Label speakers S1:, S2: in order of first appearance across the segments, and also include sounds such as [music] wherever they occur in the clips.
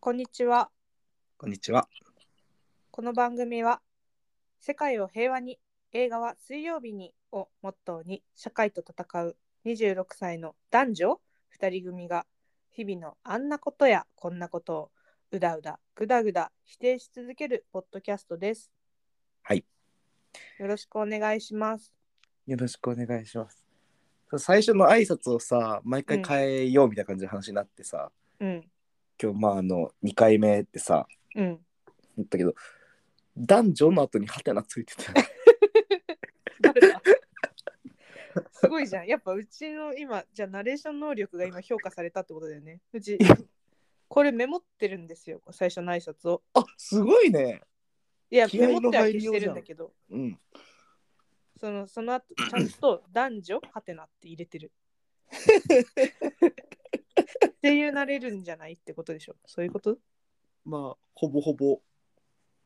S1: こんにちは。
S2: こんにちは。
S1: この番組は「世界を平和に映画は水曜日に」をモットーに社会と戦う26歳の男女2人組が日々のあんなことやこんなことをうだうだぐだぐだ否定し続けるポッドキャストです。
S2: はい。
S1: よろしくお願いします。
S2: よろしくお願いします。最初の挨拶をさ、毎回変えようみたいな感じの話になってさ、
S1: うん
S2: 今日まああの2回目ってさ、
S1: うん。
S2: 言ったけど、男女の後にハテナついてた。 [laughs]
S1: 誰だ [laughs] すごいじゃん。やっぱうちの今、じゃあナレーション能力が今評価されたってことだよね。うち、これメモってるんですよ、最初の挨拶を。
S2: あすごいね。
S1: いや、
S2: 気合
S1: メ
S2: の
S1: モっては消して
S2: 入りようじ
S1: る
S2: ゃ
S1: ん
S2: ん
S1: だけど、
S2: うん。
S1: そのその後、ちゃんと男女、ハテナって入れてる。っていうなれるんじゃないってことでしょ。そういうこと
S2: まあ、ほぼほぼ、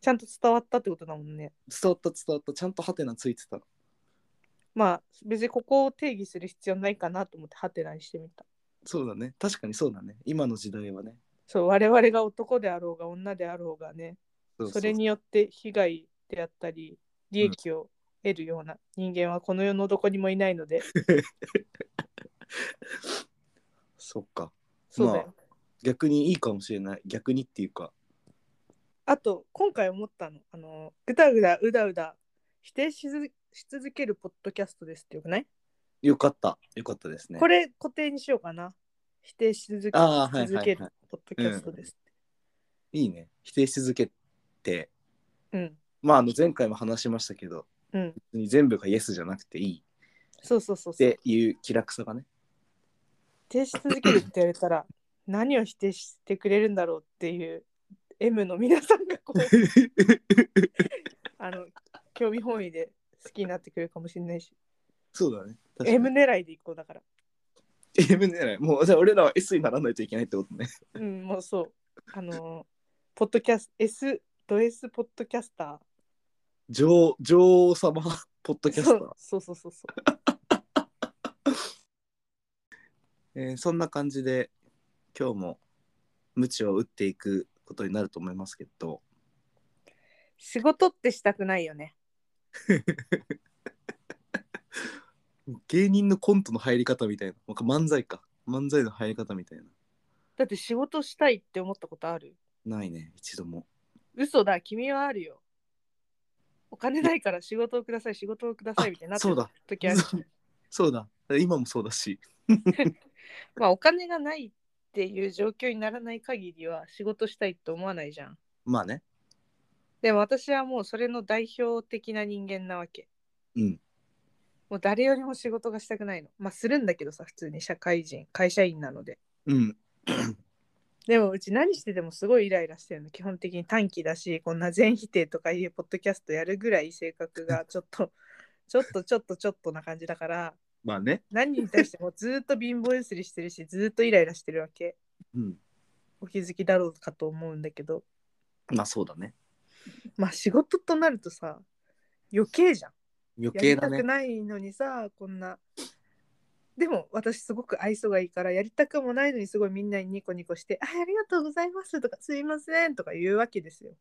S1: ちゃんと伝わったってことだもんね。
S2: 伝わった伝わった、ちゃんとハテナついてた。
S1: まあ、別にここを定義する必要ないかなと思って、ハテナにしてみた。
S2: そうだね。確かにそうだね。今の時代はね。
S1: そう我々が男であろうが女であろうがね
S2: うう
S1: それによって被害であったり利益を得るような人間はこの世のどこにもいないので、
S2: [laughs] そっか。
S1: そうだよ、
S2: 逆にいいかもしれない。逆にっていうか。
S1: あ、と今回思ったのあのぐだぐだうだうだ否定しずし続けるポッドキャストですってよくない、
S2: よかった。よかったですね。
S1: これ固定にしようかな否定し続け
S2: あーはいはいはい
S1: 続けるポッドキャストですって
S2: いいね。否定し続けて。
S1: うん
S2: まあ、あの前回も話しましたけど、
S1: うん
S2: 別に全部がイエスじゃなくていい
S1: そうそうそうそ
S2: っ
S1: う
S2: ていう気楽さがね。 [laughs]
S1: 否定し続けるって言われたら何を否定してくれるんだろうっていう M の皆さんがこうあの興味本位で好きになってくれるかもしれないし
S2: そうだね。確か
S1: M
S2: に
S1: 狙いでいこうだから
S2: M じゃない。もう、じゃあ俺らは S にならないといけないってことね。
S1: うんもうそうあのーポッドキャスト S ド S ポッドキャスタ
S2: 女王、女王様、 [laughs] ポッド
S1: ー
S2: キャスター。
S1: そうそうそうそうそう
S2: えーそんな感じで、今日も、無知を打っていくことになると思いますけど、
S1: 仕事ってしたくないよね
S2: 芸人のコントの入り方みたいな。なんか漫才か。漫才の入り方みたい
S1: だって仕事したいって思ったことある
S2: な。ないね、一度も。
S1: 嘘だ君はあるよお金ないから仕事をください仕事をくださいみたいになって
S2: そうだ。
S1: 時ある
S2: そうだ。今もそうだし。
S1: [laughs] まあお金がないっていう状況にならない限りは仕事したいって思わないじゃん
S2: まあね。
S1: でも私はもうそれの代表的な人間なわけ。
S2: うん。
S1: もう誰よりも仕事がしたくないの。まあするんだけどさ、普通に社会人、会社員なので。
S2: うん。
S1: でもうち何しててもすごいイライラしてるの。基本的に短期だし、こんな全否定とかいうポッドキャストやるぐらい性格がちょっと、ちょっとちょっとちょっとな感じだから、
S2: まあね。
S1: 何に対してもずっと貧乏ゆすりしてるし、ずっとイライラしてるわけ。
S2: うん。
S1: お気づきだろうかと思うんだけど、
S2: まあそうだね。
S1: まあ仕事となるとさ、余計じゃん。
S2: 余
S1: や
S2: 計
S1: り
S2: だ
S1: たく
S2: ね。
S1: ないのにさこんなでも私すごく愛想がいいからやりたくもないのにすごいみんなにニコニコして「あありがとうございます」とか「すいません」とか言うわけですよ。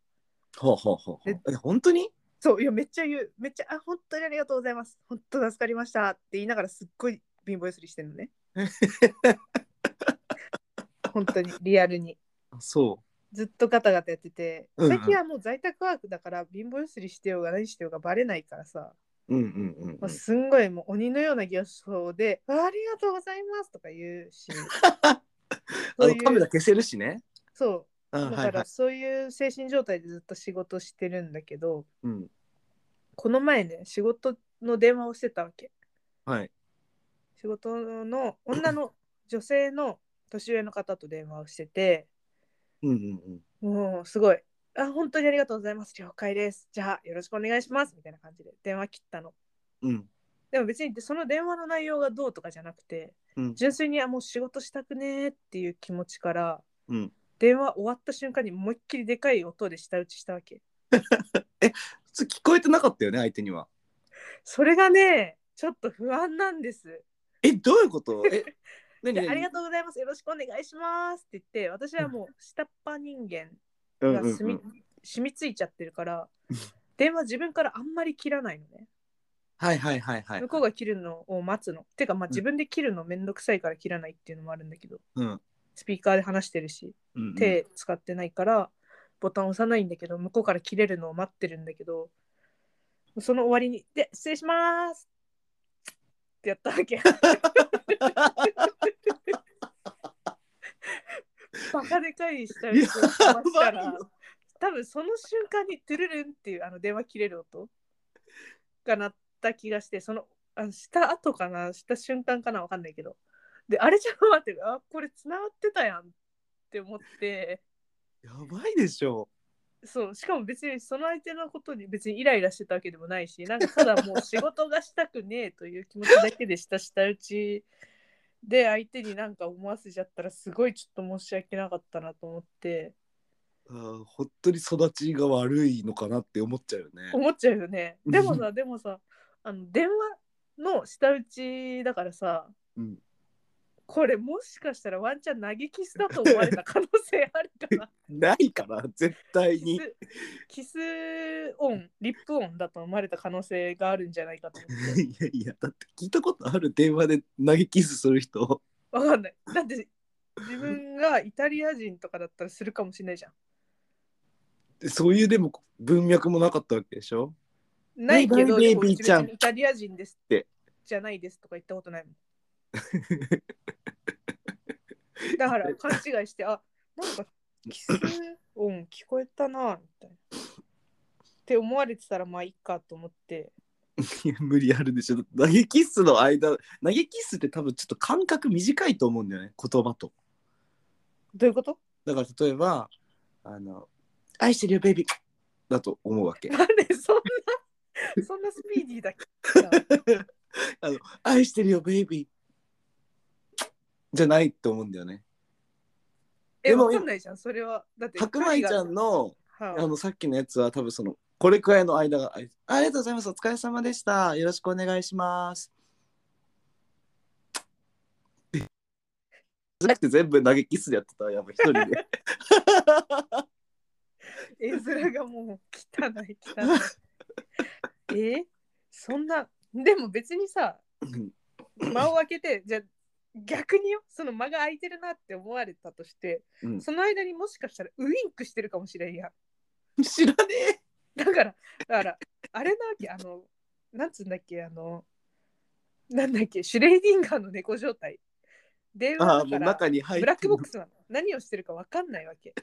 S2: ほうほうほうほ
S1: え
S2: う。え、本当に
S1: そういやめっちゃ言うめっちゃ「あ本当にありがとうございます本当助かりました」って言いながらすっごい貧乏ゆすりしてるのね本当にリアルに
S2: あそ
S1: ずっとガタガタやってて
S2: うんうん
S1: 最近はもう在宅ワークだから貧乏ゆすりしてようが何してようがバレないからさ、
S2: う。うんうんうん、
S1: も
S2: う。
S1: うんすんごいもう鬼のような形相で「あありがとうございます」とか言うし
S2: [laughs] あ
S1: そう
S2: の
S1: い
S2: カメラ
S1: う
S2: 消せるしね。、
S1: そううんだ
S2: は
S1: か
S2: いは
S1: ら
S2: い。
S1: そういう精神状態でずっと仕事してるんだけど
S2: うん。
S1: この前ね仕事の電話をしてたわけ
S2: はい。
S1: 仕事の女
S2: [clears throat]
S1: の女性の年上の方と電話をしてて
S2: うんうんうん。
S1: もうすごい「あ本当にありがとうございます了解ですじゃあよろしくお願いします」みたいな感じで電話切ったの
S2: うん。
S1: でも別にその電話の内容がどうとかじゃなくて
S2: うん。
S1: 純粋にあもう仕事したくねーっていう気持ちから
S2: うん。
S1: 電話終わった瞬間に思いっきりでかい音で舌打ちしたわけ
S2: 普通聞こえてなかったよね、相手には。
S1: それがね、ちょっと不安なんです。
S2: え、どういうことえ、何
S1: で
S2: 何
S1: ありがとうござ [laughs] います。よろしくお願いしますって言って、私はもう下っ端人間
S2: うん
S1: が
S2: うん
S1: 染
S2: う
S1: み,、
S2: ん。
S1: 染みついちゃってるから、電話自分からあんまり切らないのね。
S2: はいはいはいはい
S1: 向。こうが切るのを待つの。てか、まあ自分で切るのめんどくさいから切らないっていうのもあるんだけど、
S2: うん。
S1: スピーカーで話してるし、
S2: うんうん、 [laughs]
S1: 手使ってないから、ボタン押さないんだけど、向こうから切れるのを待ってるんだけど、その終わりに、で、失礼しますってやったわ
S2: [laughs]
S1: け。バカでかい下打ちをしました
S2: やばい
S1: ら
S2: よ、
S1: 多分その瞬間にトゥルルンっていうあの電話切れる音が鳴った気がして、その、あのした後かな、した瞬間かな、わかんないけど。で、あれちょっと待って、あ、これ繋がってたやんって思って、
S2: やばいでしょ。
S1: そう、しかも別にその相手のことに別にイライラしてたわけでもないし、なんかただもう仕事がしたくねえという気持ちだけでしたしたうちで相手になんか思わせちゃったらすごいちょっと申し訳なかったなと思って、
S2: あー本当に育ちが悪いのかなって思っちゃうよね。
S1: 思っちゃうよね。でもさ、でもさ、あの電話の下打ちだからさ、
S2: うん
S1: これもしかしたらワンチャン投げキスだと思われた可能性あるから。
S2: ないから絶対
S1: キ
S2: に。
S1: スキス音リップ音だと思われた可能性があるんじゃないかと思って
S2: [laughs] いやいやだって聞いたことある電話で投げキスする人。
S1: わかんないだって自分がイタリア人とかだったらするかもしれないじゃ
S2: そういうでも文脈もなかったわけでしょ
S1: んないけど
S2: バイバイ
S1: でも
S2: ベイビーちゃ
S1: う
S2: ん
S1: 別にイタリア人です
S2: って
S1: じゃないですとか言ったこと
S2: [laughs]
S1: ないもんだから勘違いしてあなんかキス音聞こえたなみたいなって思われてたらまあいいかと思って
S2: いや無理あるでしょ投げキスの間投げキスって多分ちょっと間隔短いと思うんだよね言葉と
S1: どういうこと
S2: だから例えばあの「愛してるよベイビー」だと思うわけ
S1: なんでそんなそんなスピーディーだっ
S2: [laughs]
S1: け
S2: 「 [laughs] 愛してるよベイビー」じゃないと思うんだよね
S1: え、
S2: でも
S1: わかんないじゃん、それは。だって、
S2: 白米ちゃんの
S1: はい、
S2: あのさっきのやつは多分そのこれくらいの間があありがとうございますお疲れ様でしたよろしくお願いし [laughs] ますじゃなくて全部投げキスでやってたやっぱ一人で
S1: 絵面がもう汚い、汚
S2: [laughs]
S1: い。えそんな、でも別にさ、間を空けて、じゃあ逆によ、その間が空いてるなって思われたとして、
S2: うん
S1: その間にもしかしたらウインクしてるかもしれんやん。
S2: 知らね
S1: だから、だから、あれなわけ、あの、なんつうんだっけ、あの、なんだっけ、シュレーディンガーの猫状態。電
S2: え
S1: 話だ
S2: あ
S1: か
S2: あも
S1: ら
S2: う中に入って
S1: ブラックボックスなの何をしてるか分かんないわ
S2: [laughs]
S1: け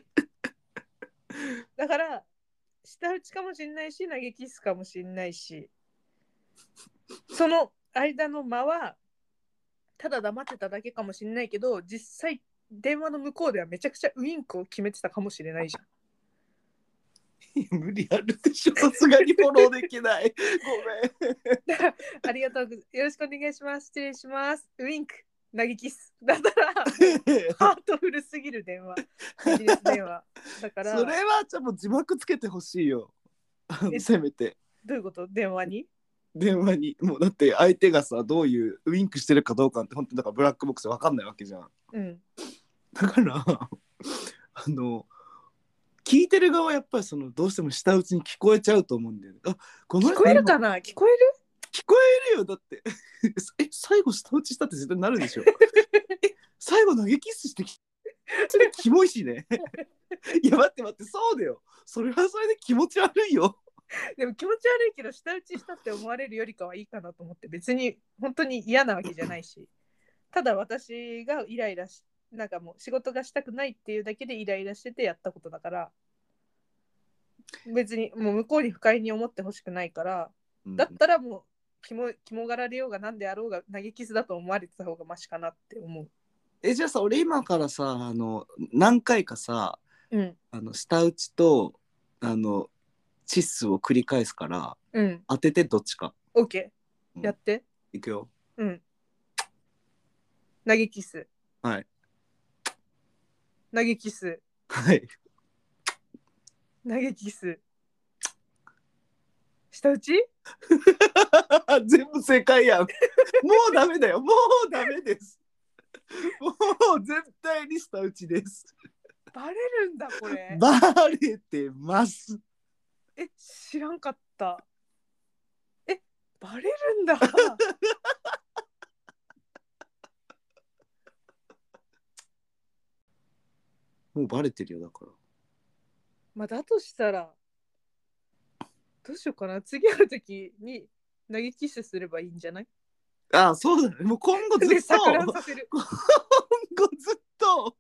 S1: だから舌打ちかもしんないし投げキスかもしんないしその間の間はただ黙ってただけかもしんないけど実際電話の向こうではめちゃくちゃウインクを決めてたかもしれないじゃん
S2: 無理あるでしょ [laughs] さすがにフォローできないごめん
S1: だから
S2: [laughs]
S1: ありがとうござよろしくお願いします失礼しますウインク投げキスだ
S2: [laughs]
S1: からハートフルすぎる電話ビジネス電話だから
S2: それはちょっと字幕つけてほしいよあの
S1: え
S2: せめて
S1: どういうこと電話に
S2: 電話にもうだって相手がさどういうウインクしてるかどうかって本当にだからブラックボックスわかんないわけじゃん
S1: うん
S2: だからあの聞いてる側はやっぱりそのどうしても舌打ちに聞こえちゃうと思うんだよねあこの
S1: 聞こえる
S2: 今
S1: かな聞こえる
S2: 聞こえるよだって [laughs] え最後舌打ちしたって絶対なる
S1: [laughs]
S2: でしょえ最後投げキスしてきそれキモいしね [laughs] いや待って待ってそうだよそれはそれで気持ち悪いよ
S1: でも気持ち悪いけど舌打ちしたって思われるよりかはいいかなと思って別に本当に嫌なわけじゃないしただ私がイライラしなんかもう仕事がしたくないっていうだけでイライラしててやったことだから別にもう向こうに不快に思ってほしくないからだったらもうキモキモがられようが何であろうが投げキスだと思われてた方がマシかなって思う。
S2: えじゃあさ俺今からさあの何回かさ
S1: うん
S2: あの舌打ちとあのチッスを繰り返すから
S1: うん
S2: 当ててどっちか
S1: OK
S2: うん
S1: やって。
S2: いくよ
S1: うん。投げキス。
S2: はい。
S1: 投げキス。
S2: はい
S1: 投げキス。下打ち
S2: [laughs] 全部正解やん。もうダメだよ。もうダメです。もう絶対に下打ちです。
S1: バレるんだ
S2: [laughs]
S1: これ
S2: バレてます。
S1: え知らんかったえバレるんだ [laughs]
S2: もうバレてるよだから。
S1: まあだとしたらどうしようかな次会う時に投げキスすればいいんじゃない
S2: ああそうだね。もう今後ずっと
S1: で錯
S2: 今
S1: 乱
S2: 後
S1: させる
S2: ずっと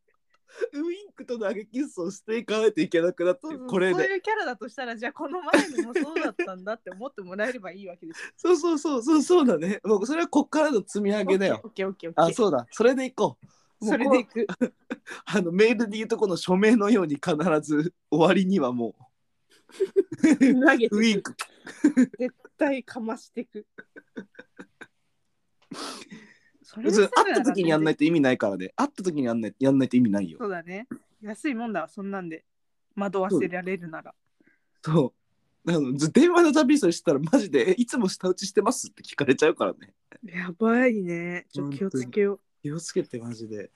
S2: ウインクと投げキスをしていかないといけなくなってるこれ
S1: そう
S2: で。
S1: いうキャラだとしたらじゃあこの前のもそうだったんだって思ってもらえればいいわけです
S2: [laughs]
S1: よ
S2: そうそうそうそうそうだね。もうそれはこっからの積み上げだよ。
S1: オッケーオッケーオッケーオ
S2: あ
S1: ッケー
S2: そうだ。それでいこう。もう
S1: それでいく
S2: あのメールで言うとこの署名のように必ず終わりにはも
S1: 投げて
S2: うウインク
S1: 絶対かましてく [laughs] そ
S2: 別に会った時にやんないいと意味ないからね。会った時にやんないやんないと意味ないよ
S1: そ。うだね安いもんだわそんなんで惑わせられるなら
S2: そう。あのず電話の旅それしたらマジでえいつも舌打ちしてますって聞かれちゃうからね。
S1: やばいねちょっと気をつけよう
S2: 気をつけてマジで。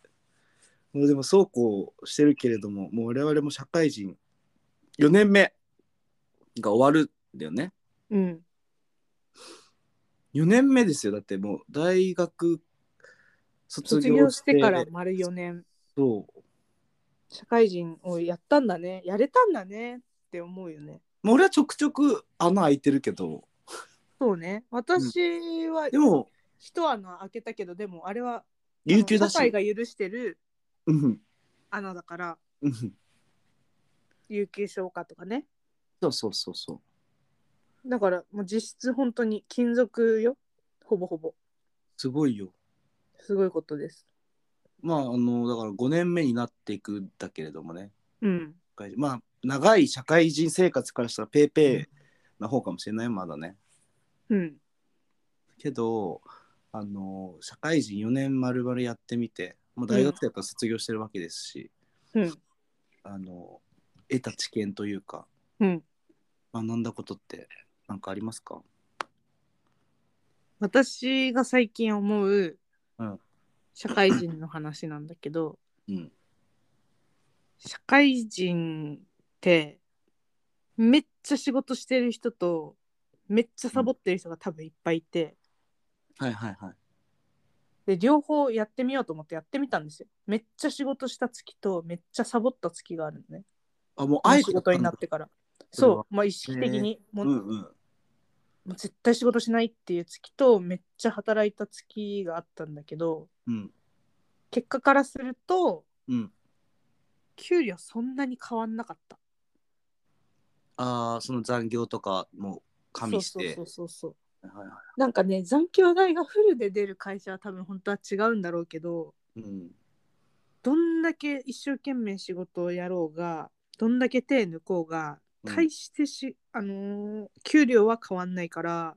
S2: もうでもそうこうしてるけれども、もう我々も社会人4年目が終わるんだよね。
S1: うん
S2: 4年目ですよ。だってもう大学卒
S1: 卒
S2: 業
S1: 業
S2: し
S1: しててから丸4年
S2: そう
S1: 社会人をやったんだねやれたんだねって思うよね
S2: まあ、俺はちょくちょく穴開いてるけど
S1: そうね私は
S2: でも
S1: 一穴開けたけどでもあれは
S2: 琉球だし
S1: 社会が許してる
S2: うん
S1: 穴だから
S2: うん
S1: 有給消化とかね
S2: そうそうそうそう
S1: だからもう実質本当に金属よほぼほぼ
S2: すごいよ
S1: すごいことです
S2: まああのだから5年目になっていくんだけれどもね
S1: うん
S2: まあ長い社会人生活からしたらペーペーな方かもしれないまだね
S1: うん
S2: けどあの社会人4年まるまるやってみてもう大学生から卒業してるわけですし、
S1: うん
S2: あの得た知見というか
S1: うん
S2: 学んだことって何かありますか
S1: 私が最近思う
S2: うん
S1: 社会人の話なんだけど
S2: うん
S1: 社会人ってめっちゃ仕事してる人とめっちゃサボってる人が多分いっぱいいて、
S2: はいはいはい
S1: で両方やってみようと思ってやってみたんですよめっちゃ仕事した月とめっちゃサボった月があるのね
S2: あもう
S1: あ
S2: 愛
S1: 仕事になってから
S2: それは
S1: そうまあ意識的にも
S2: う
S1: う、
S2: んうん
S1: もう絶対仕事しないっていう月とめっちゃ働いた月があったんだけど
S2: うん
S1: 結果からすると
S2: うん
S1: 給料そんなに変わんなかった
S2: ああ、その残業とかも加味して。
S1: そうそうそうそうそう
S2: はいは
S1: なんかね残業代がフルで出る会社は多分本当は違うんだろうけど
S2: いうん、
S1: どんだけ一生懸命仕事をやろうがどんだけ手抜こうが
S2: うん
S1: 大してし、あのー給料は変わんないから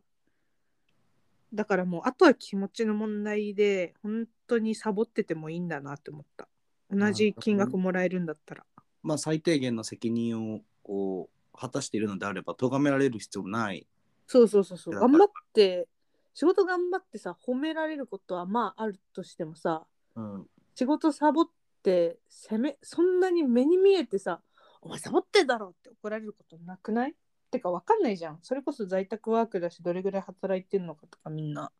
S1: だからもうあとは気持ちの問題で本当にサボっててもいいんだなって思った同じ金額もらえるんだったら
S2: まあ最低限の責任をこう果たしているのであれば咎められる必要もない。
S1: そうそうそうそう
S2: だから
S1: 頑張って仕事頑張ってさ褒められることはまああるとしてもさ
S2: うん、
S1: 仕事サボって責めそんなに目に見えてさ「お前サボってんだろ!」って怒られることなくないてか分かんないじゃんそれこそ在宅ワークだしどれぐらい働いてるのかとかみんな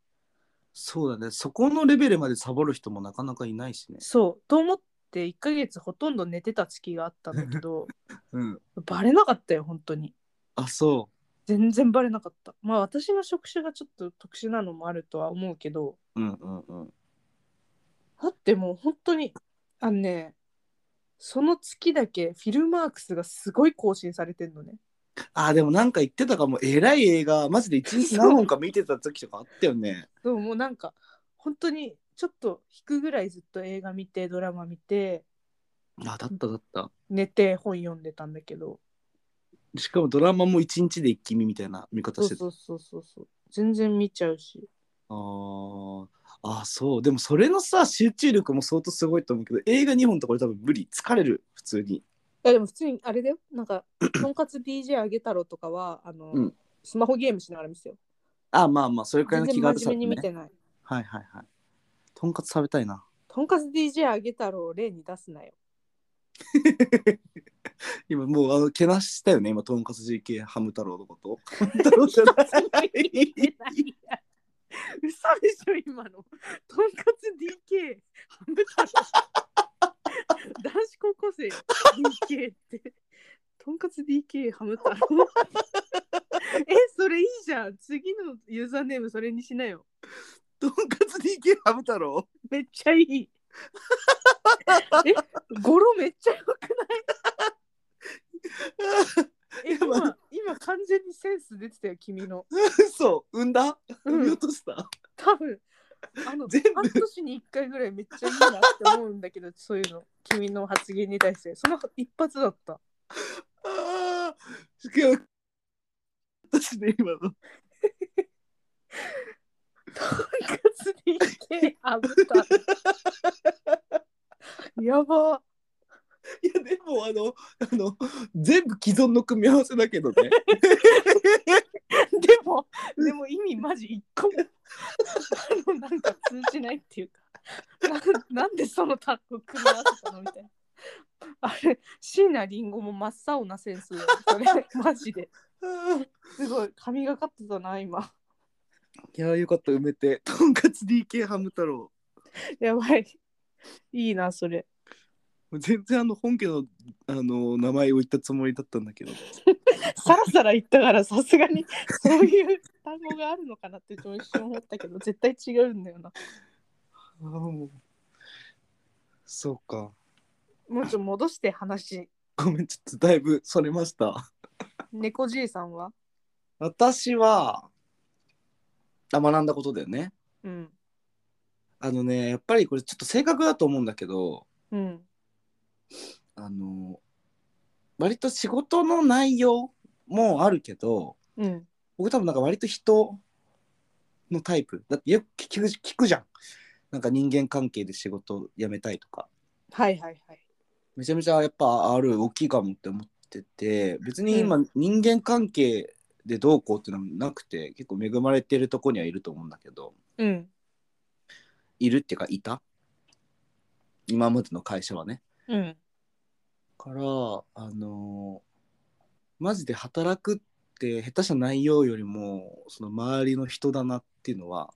S2: そうだね。そこのレベルまでサボる人もなかなかいないしね。
S1: そうと思って1ヶ月ほとんど寝てた月があったんだけど
S2: うん、
S1: バレなかったよ本当に
S2: あそ
S1: 全然バレなかったまあ私の職種がちょっと特殊なのもあるとは思うけど
S2: う。うんうんうん。
S1: だってもう本当にあのねその月だけフィルマークスがすごい更新されてんのね
S2: あーでもなんか言ってたかも。えらい映画、マジで一日何本か見てた時とかあったよね。
S1: でももうなんか本当にちょっと引くぐらいずっと映画見てドラマ見て
S2: あだっただった。
S1: 寝て本読んでたんだけど
S2: しかもドラマも一日で一気見みたいな見方
S1: そう
S2: してた
S1: そうそうそうそう全然見ちゃうし
S2: あーあーそうでもそれのさ集中力も相当すごいと思うけど映画2本とか俺多分無理疲れる普通に
S1: [clears throat] いやでも普通にあれだよなんか「とんかつ DJ あげ太郎」とかはあの、
S2: うん
S1: スマホゲームしながら見てよ。
S2: あ、まあまあ、それくらい
S1: 全然
S2: の気軽
S1: 真
S2: さ、
S1: 面目に
S2: ね
S1: 見。てない。
S2: はいはいはい。とんかつ食べたいな。
S1: とんかつ DJ あげ太郎を例に出す [laughs] なよ。
S2: 今もうあのけなしたよね、今、とんかつ GK ハム太郎の
S1: [laughs]
S2: こと。ハム太郎じゃない。
S1: 嘘でしょ今の。とんかつ DK。ハム太郎男子高校生よ DK って。とんかつ DK ハム太郎。 [laughs] え、それいいじゃん。次のユーザーネームそれにしなよ。
S2: とんかつ GK ハム太郎。 [laughs]
S1: めっちゃいい。え、語呂めっちゃよくないえ
S2: やばい
S1: 今今完全にセンス出てたよ、君の。
S2: 嘘、産んだ
S1: うん
S2: 産み落とした。
S1: 多分あの
S2: 全部
S1: 半年に1回ぐらいめっちゃいいなって思うんだけど、そういうの、君の発言に対して、その一発だ [laughs] った。
S2: ああ、すげえ。私ね、今の。
S1: とんかつ DK あぶた。 [laughs] やば。
S2: いや、でも、あの、あの、全部既存の組み合わせだけ
S1: [laughs]
S2: どね。
S1: でも、でも意味マジ一個も、あのなんか通じないっていうか、ななんでそのタッグ組み合わせたのみたいな。あれ、椎名林檎も真っ青なセンスだよ [laughs] それ、マジで。
S2: あー
S1: すごい、神がかってたな、今。
S2: いや、よかった、埋めて。とんかつ DK ハム太郎。
S1: やばい。いいな、それ。
S2: もう全然あの本家のあの名前を言ったつもりだったんだけど
S1: さらさら言ったから、さすがに、そういう単語があるのかなって、一瞬思ったけど、絶対違うんだよな。
S2: あーもうそうか
S1: もうちょっと戻して話。
S2: ごめんちょっとだいぶそれました
S1: 猫じいさんは
S2: 私はあ学んだことだよね
S1: うん。
S2: あのねやっぱりこれちょっと性格だと思うんだけど
S1: うん。
S2: あの割と仕事の内容もあるけど
S1: うん。
S2: 僕多分なんか割と人のタイプだってよく聞く聞くじゃんなんか人間関係で仕事辞めたいとか
S1: はいはいはい。
S2: めちゃめちゃやっぱある大きいかもって思ってて別に今人間関係でどうこうっていうのはなくて結構恵まれてるとこにはいると思うんだけど
S1: うん。
S2: いるっていうかいた今までの会社はね
S1: うん。
S2: からあのーマジで働くって下手した内容よりもその周りの人だなっていうのは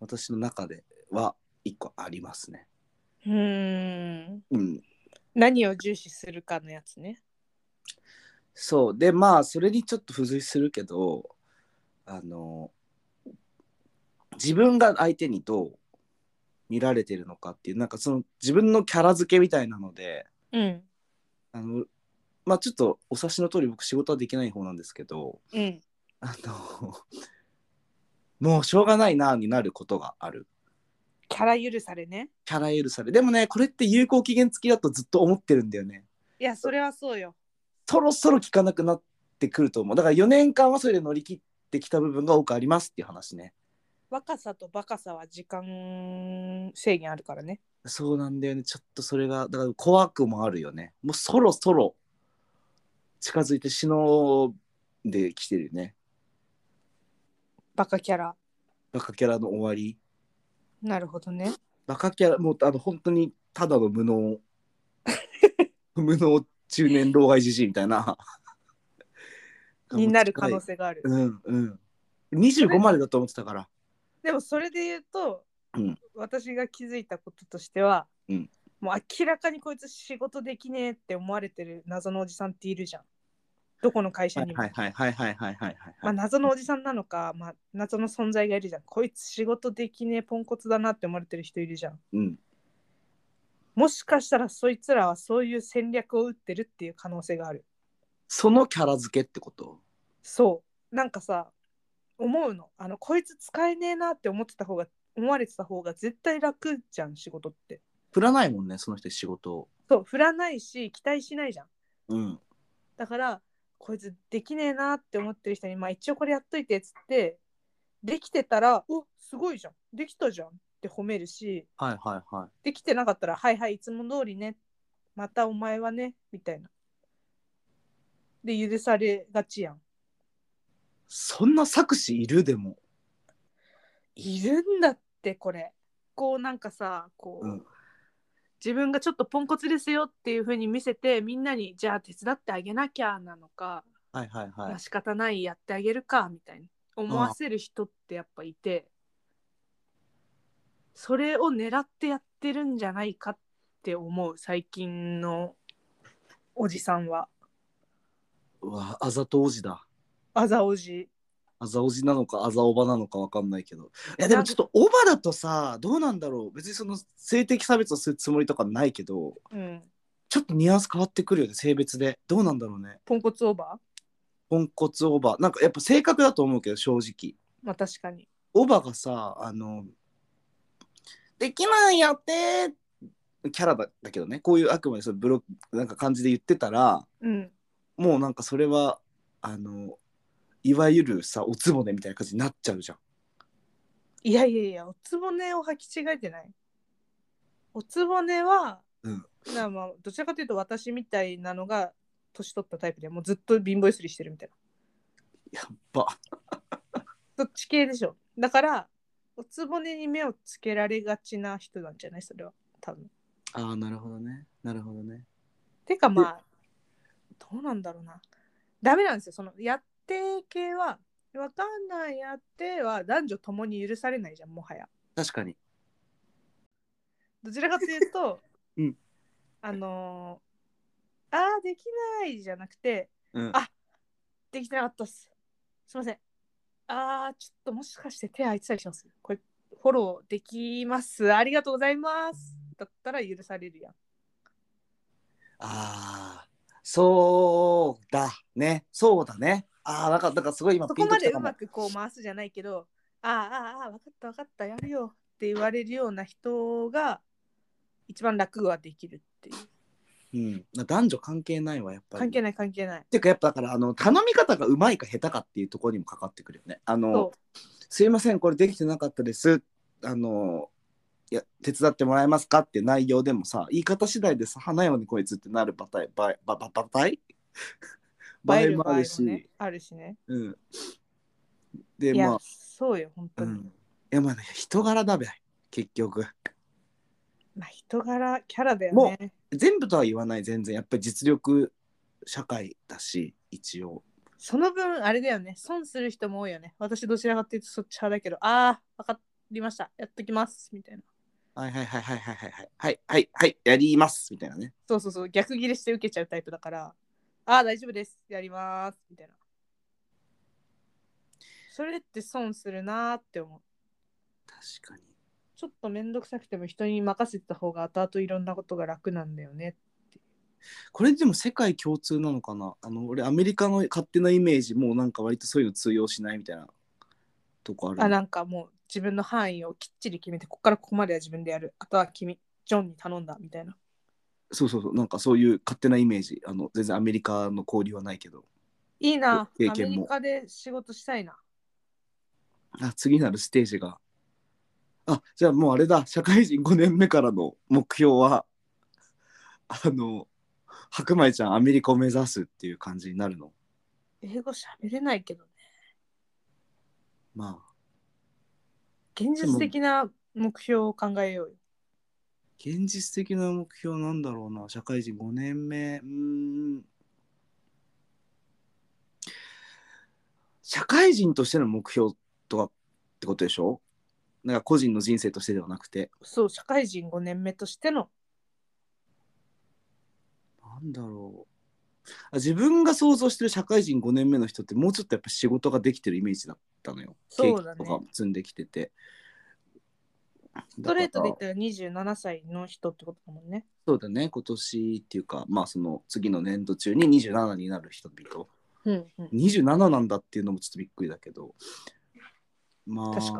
S2: 私の中では一個ありますね
S1: うん。
S2: うん
S1: 何を重視するかのやつね。
S2: そうでまあそれにちょっと付随するけどあの自分が相手にどう見られてるのかっていうなんかその自分のキャラ付けみたいなので
S1: うん。
S2: あのまあちょっとお察しの通り僕仕事はできない方なんですけど
S1: うん。
S2: あのもうしょうがないなになることがある
S1: キャラ許されね。
S2: キャラ許されでもねこれって有効期限付きだとずっと思ってるんだよね
S1: いや、それはそうよ。
S2: そろそろ効かなくなってくると思うだから4年間はそれで乗り切ってきた部分が多くありますっていう話ね
S1: 若さとバカさは時間制限あるからね。
S2: そうなんだよねちょっとそれがだから怖くもあるよねもうそろそろ近づいて忍んできてるよね
S1: バカキャラ。
S2: バカキャラの終わり
S1: なるほどね。
S2: バカキャラもうあの本当にただの
S1: [laughs]
S2: 無能無能中年老害じじいみたいな
S1: になる可能性がある。
S2: うんうん25までだと思ってたから
S1: でもそれで言うと、
S2: うん
S1: 私が気づいたこととしては、
S2: うん
S1: もう明らかにこいつ仕事できねえって思われてる謎のおじさんっているじゃん。どこの会社
S2: は
S1: に
S2: い
S1: も。
S2: はいはいはいはいはいはい [laughs] はい
S1: まあ、謎のおじさんなのか、まあ、謎の存在がいるじゃん。こいつ仕事できねえポンコツだなって思われてる人いるじゃん。
S2: うん
S1: もしかしたらそいつらはそういう戦略を打ってるっていう可能性がある。
S2: そのキャラ付けってこと
S1: そう。なんかさ、思うの。あの、こいつ使えねえなって思ってた方が、思われてた方が絶対楽じゃん、仕事って。
S2: 振らないもんねその人仕事を
S1: そう、振らないし、期待しないじゃん。
S2: うん
S1: だから、こいつできねえなって思ってる人に、まあ一応これやっといてっつって、できてたら、おすごいじゃん。できたじゃんって褒めるし、
S2: はいはいはい
S1: できてなかったら、はいはい、いつも通りね。またお前はね、みたいな。で、許されがちやん。
S2: そんな作詞いるでも、
S1: いるんだってこれこうなんかさこう、
S2: うん
S1: 自分がちょっとポンコツですよっていう風に見せてみんなにじゃあ手伝ってあげなきゃなのか、
S2: はいはいは
S1: まあ仕方ないやってあげるかみたいな思わせる人ってやっぱいてそれを狙ってやってるんじゃないかって思う最近のおじさんは
S2: うわあざとおじだ
S1: あざおじ
S2: あざおじなのかあざおばなのかわかんないけどいやでもちょっとおばだとさどうなんだろう別にその性的差別をするつもりとかないけど
S1: うん
S2: ちょっとニュアンス変わってくるよね性別でどうなんだろうね
S1: ポンコツオーバー
S2: ポンコツおばなんかやっぱ性格だと思うけど正直
S1: まあ確かに
S2: おばがさあの「できないやって」キャラだだけどねこういうあくまでそのブロなんか感じで言ってたら
S1: うん
S2: もうなんかそれはあのいわゆるさおつぼねみたいな感じになっちゃうじゃん。
S1: いやいやいや、おつぼねを履き違えてない。おつぼねは、
S2: うん
S1: なまあどちらかというと私みたいなのが年取ったタイプでもうずっと貧乏ゆすりしてるみたい
S2: やっ
S1: [laughs]
S2: ぱ
S1: な。どっち系でしょ。だから、おつぼねに目をつけられがちな人なんじゃないそれは。多分。
S2: ああなるほどねなるほどね。
S1: てかまあ、どうなんだろうな。ダメなんですよ。そのやって系は、わかんないやっては男女ともに許されないじゃん、もはや。
S2: 確かに。
S1: どちらかというと、
S2: うん
S1: あのー、ああできないじゃなくて
S2: うん、
S1: あできてなかったっすすいませんああちょっともしかして手空いてたりしますこれフォローできますありがとうございますだったら許されるやん
S2: あーそうだねそうだね。ああなんかなんかすごい今
S1: そ
S2: ピ
S1: こ
S2: ンと
S1: ま
S2: きた
S1: で
S2: か
S1: う
S2: も
S1: まくこう回すじゃないけどあーあーあー分かった分かったやるよって言われるような人が一番楽はできるっていう
S2: うん、男女関係ないわやっぱり。
S1: 関係ない関係ない
S2: てかやっぱだからあの頼み方がうまいか下手かっていうところにもかかってくるよね。あの
S1: そ
S2: すいませんこれできてなかったです。あのいや手伝ってもらえますかって内容でもさ言い方次第でさ花よねこいつってなる場合場合場場場合
S1: う映
S2: 場
S1: え
S2: 合
S1: る
S2: も
S1: 場合
S2: あ
S1: も
S2: るし、
S1: ねあるしね
S2: うん、で
S1: いや、
S2: ま
S1: そうよ本
S2: あ、
S1: 当
S2: う
S1: に、
S2: ん、いやまあね人柄だべ結局
S1: まあ人柄キャラだよね
S2: 全部とは言わない全然やっぱり実力社会だし一応
S1: その分あれだよね損する人も多いよね私どちらかっていうとそっち派だけどああ分かりましたやっときますみたいな
S2: はいはいはいはいはいはいはいはいはいはいやりますみたいなね
S1: そうそうそう逆ギレして受けちゃうタイプだからああ大丈夫ですやりますみたいなそれって損するなーって思う
S2: 確かに
S1: ちょっと面倒くさくても人に任せてた方が後々いろんなことが楽なんだよね
S2: これでも世界共通なのかなあの俺アメリカの勝手なイメージもうなんか割とそういうの通用しないみたいなとこある
S1: あなんかもう自分の範囲をきっちり決めてここからここまでは自分でやるあとは君ジョンに頼んだみたいな
S2: そうそうそうなんかそういう勝手なイメージあの全然アメリカの交流はないけど
S1: いいな
S2: 経
S1: アメ
S2: 験も
S1: リカで仕事したいな
S2: あ次なるステージがあじゃあもうあれだ社会人5年目からの目標はあの白米ちゃんアメリカを目指すっていう感じになるの
S1: 英語喋れないけどね
S2: まあ
S1: 現実的な目標を考えようよ
S2: 現実的な目標なんだろうな社会人5年目うーん社会人としての目標とかってことでしょなんか個人の人生としてではなくて
S1: そう社会人5年目としての
S2: なんだろうあ自分が想像してる社会人5年目の人ってもうちょっとやっぱ仕事ができてるイメージだったのよ
S1: そうだね
S2: 経験とか積んできててス
S1: ストレートで言ったら27歳の人ってことだもんね
S2: そうだね今年っていうかまあその次の年度中に27になる人々
S1: うん、うん、
S2: 27なんだっていうのもちょっとびっくりだけどまあ
S1: 確か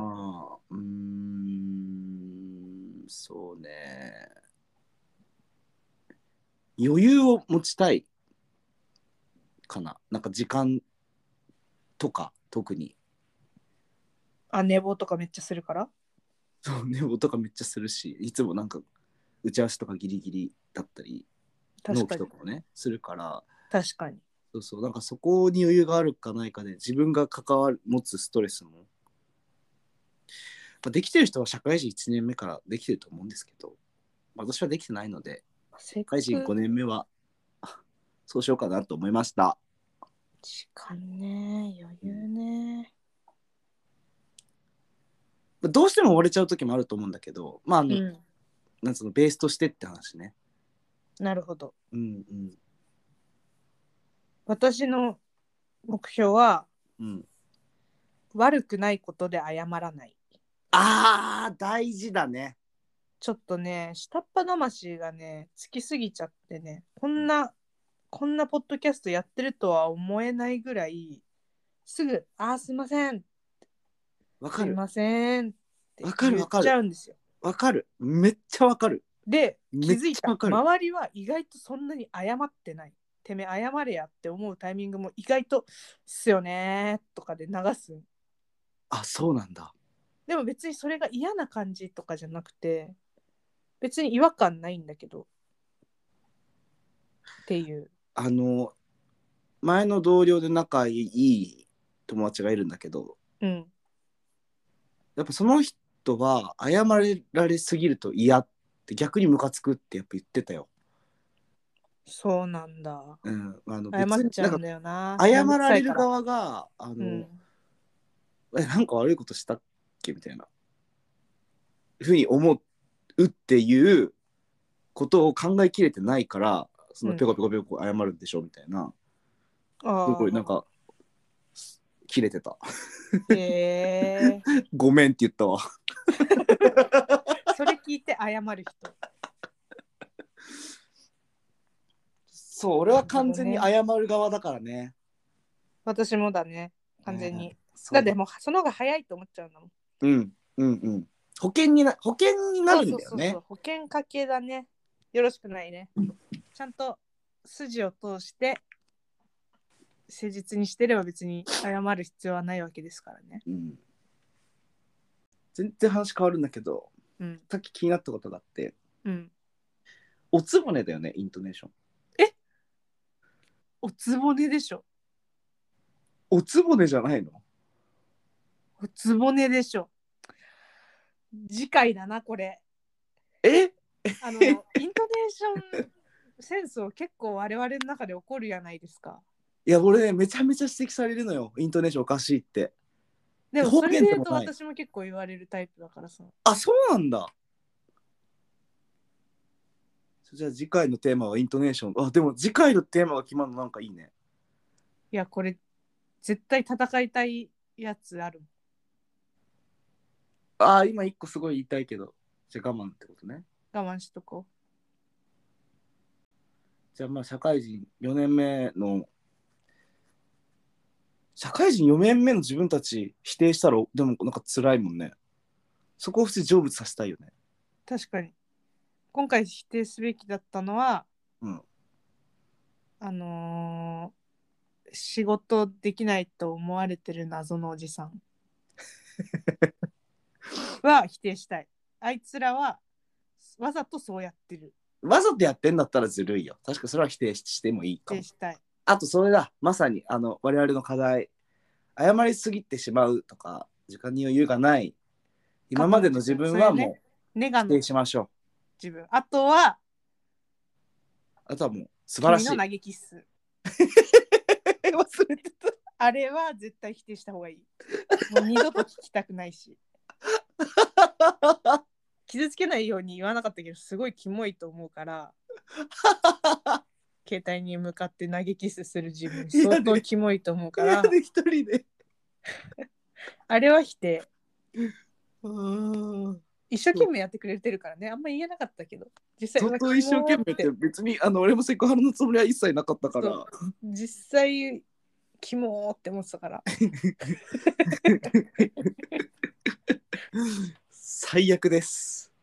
S2: うーんそうね余裕を持ちたいかななんか時間とか特に
S1: あ寝坊とかめっちゃするから
S2: そうね音がめっちゃするしいつもなんか打ち合わせとかギリギリだったり
S1: 確
S2: 納
S1: か
S2: 期
S1: に
S2: とかもねするから
S1: 確かに
S2: そうそうなんかそこに余裕があるかないかで自分が関わる持つストレスも、まあ、できてる人は社会人1年目からできてると思うんですけど私はできてないので
S1: 社
S2: 社会人5年目はあそうしようかなと思いました
S1: 時間ね余裕ね
S2: まあどうしても折れちゃう時もあると思うんだけどまああ
S1: う
S2: の、
S1: ん
S2: なんつうのベースとしてって話ね
S1: なるほど
S2: うんうん
S1: 私の目標は
S2: うん
S1: 悪くないことで謝らない
S2: あー大事だね
S1: ちょっとね下っ端魂がねつきすぎちゃってねこんなこんなポッドキャストやってるとは思えないぐらいすぐ「あーすいません
S2: わ
S1: す
S2: か
S1: い
S2: る
S1: ません」って
S2: わかる
S1: 言
S2: わか
S1: っ
S2: る
S1: ちゃうんですよ。
S2: わかるめっちゃわかる
S1: で気
S2: めっ
S1: づい
S2: ちゃ
S1: た
S2: わかる
S1: 周りは意外とそんなに謝ってないてめえ謝れやって思うタイミングも意外と「すよね」とかで流す
S2: あそうなんだ
S1: でも別にそれが嫌な感じとかじゃなくて別に違和感ないんだけどっていう
S2: あの前の同僚で仲いい友達がいるんだけど
S1: うん
S2: やっぱその人は謝られすぎると嫌って逆にムカつくってやっぱ言ってたよ。
S1: そうなんだ
S2: うん、あの
S1: 謝
S2: 別
S1: っ
S2: に
S1: ちゃ
S2: な
S1: うんん
S2: か
S1: だよな
S2: 謝られ
S1: めんどくさいか
S2: る
S1: ら
S2: 側があの、
S1: うん
S2: えなんか悪いことしたっけみたいなふうに思うっていうことを考えきれてないからその
S1: うん
S2: ペコペコペコ謝るんでしょみたいな、
S1: あ
S2: これなんか切れてた
S1: ーへえ
S2: ごめんって言ったわ
S1: それ聞いて謝る
S2: [laughs]
S1: 人
S2: そう俺は完全に謝る側だからね
S1: 私もだね完全に、
S2: ねそう
S1: だってもうその方が早いと思っちゃうのもん
S2: うんうんうん保険にな保険になるんだよね
S1: そうそうそうそう保険家系だねよろしくないね、ちゃんと筋を通して誠実にしてれば別に謝る必要はないわけですからね
S2: うん、全然話変わるんだけど
S1: うん
S2: さっき気になったことがあって
S1: うん
S2: おつぼねだよねイントネーション
S1: おつぼねでしょ
S2: おつぼねじゃないの
S1: おつぼねでしょ次回だなこれ
S2: え
S1: あ
S2: [laughs]
S1: のイントネーションセンスを結構我々の中で起こるじゃないですか
S2: いや俺ねめちゃめちゃ指摘されるのよイントネーションおかしいって
S1: でも
S2: 方
S1: それ
S2: 言
S1: で
S2: で
S1: 言
S2: も
S1: うと
S2: ない
S1: 私も結構言われるタイプだからさ
S2: あそうなんだじゃあ次回のテーマはイントネーションあでも次回のテーマが決まるのなんかいいね
S1: いやこれ絶対戦いたいやつある
S2: あー今一個すごい言いたいけどじゃあ我慢ってことね
S1: 我慢しとこ
S2: じゃあまあ社会人4年目の社会人4年目の自分たち否定したらでもなんか辛いもんねそこを普通に成仏させたいよね
S1: う確かに今回否定すべきだったのは
S2: うん
S1: あのー仕事できないと思われてる謎のおじ
S2: [laughs]
S1: さんは否定したいあいつらはわざとそうやってる
S2: わざとやってんだったらずるいよ確かそれは否定してもいいか
S1: 否定
S2: も
S1: したい
S2: あとそれだまさにあの我々の課題謝りすぎてしまうとか時間に余裕がない今までの自分は
S1: それ
S2: も
S1: ねネ
S2: う
S1: ガ
S2: 否
S1: の
S2: 定しましょ
S1: 自分あとは
S2: うあとはもう素晴ら
S1: 君
S2: し
S1: の
S2: い
S1: 嘆きっす
S2: [laughs] 忘れてた
S1: あれは絶対否定した方がいいもう二度と聞きたくない
S2: [laughs]
S1: し傷つけないように言わなかったけどすごいキモいと思う
S2: [laughs]
S1: から携帯に向かって嘆きすする自分
S2: 嫌ね
S1: 相当キモいと思う
S2: 部
S1: から
S2: 屋で一人で
S1: あれは否定
S2: うん
S1: 一生懸命やってくれてるからねあんま言えなかったけど
S2: [laughs]
S1: 実際
S2: 相当一生懸命って別にあの俺もセクハラのつもりは一切なかったから
S1: そ実際キモーって思ってたから
S2: 最悪です